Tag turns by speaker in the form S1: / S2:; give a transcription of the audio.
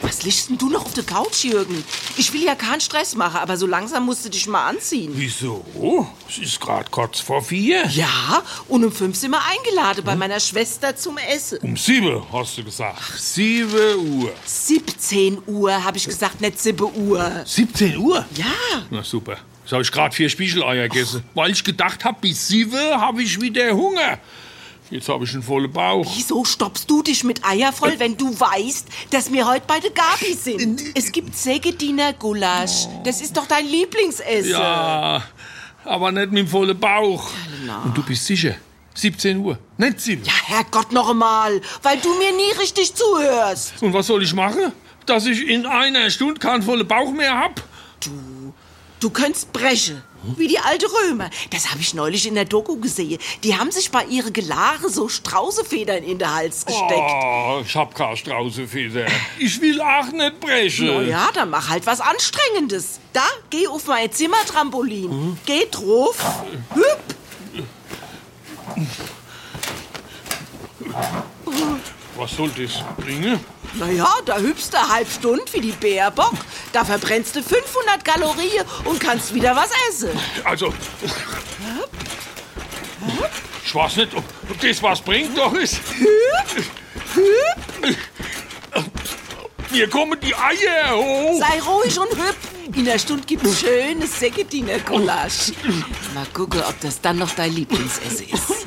S1: Was liegst denn du noch auf der Couch, Jürgen? Ich will ja keinen Stress machen, aber so langsam musst du dich mal anziehen.
S2: Wieso? Es ist gerade kurz vor vier.
S1: Ja, und um fünf sind wir eingeladen bei meiner Schwester zum Essen.
S2: Um sieben, hast du gesagt. Sieben Uhr.
S1: 17 Uhr, habe ich gesagt, nicht 7 Uhr.
S2: 17 Uhr?
S1: Ja,
S2: Na super. Jetzt habe ich gerade vier Spiegeleier gegessen, weil ich gedacht habe, bis sieben habe ich wieder Hunger. Jetzt habe ich einen vollen Bauch.
S1: wieso stoppst du dich mit Eier voll, wenn du weißt, dass wir heute bei der Gabi sind? Es gibt Segediner Gulasch. Das ist doch dein Lieblingsessen.
S2: Ja, aber nicht mit dem vollen Bauch. Und du bist sicher? 17 Uhr, nicht sieben.
S1: Ja, Herrgott, noch einmal, weil du mir nie richtig zuhörst.
S2: Und was soll ich machen? Dass ich in einer Stunde keinen vollen Bauch mehr habe?
S1: Du könntest brechen. Wie die alte Römer. Das habe ich neulich in der Doku gesehen. Die haben sich bei ihrer Gelare so Straußefedern in den Hals gesteckt.
S2: Oh, ich hab keine Straußefeder. Ich will auch nicht brechen.
S1: Oh ja, dann mach halt was Anstrengendes. Da, geh auf mein Zimmertrampolin. Geh drauf. Hüp.
S2: Was soll das bringen?
S1: Naja, da hüpfst du eine halbe Stunde wie die Bärbock. Da verbrennst du 500 Kalorien und kannst wieder was essen.
S2: Also. Ich weiß nicht, ob, ob das was bringt, doch ist. Mir kommen die Eier hoch.
S1: Sei ruhig und hüp. In einer Stunde gibt's schönes Säcketiner Gulasch. Mal gucken, ob das dann noch dein Lieblingsessen ist.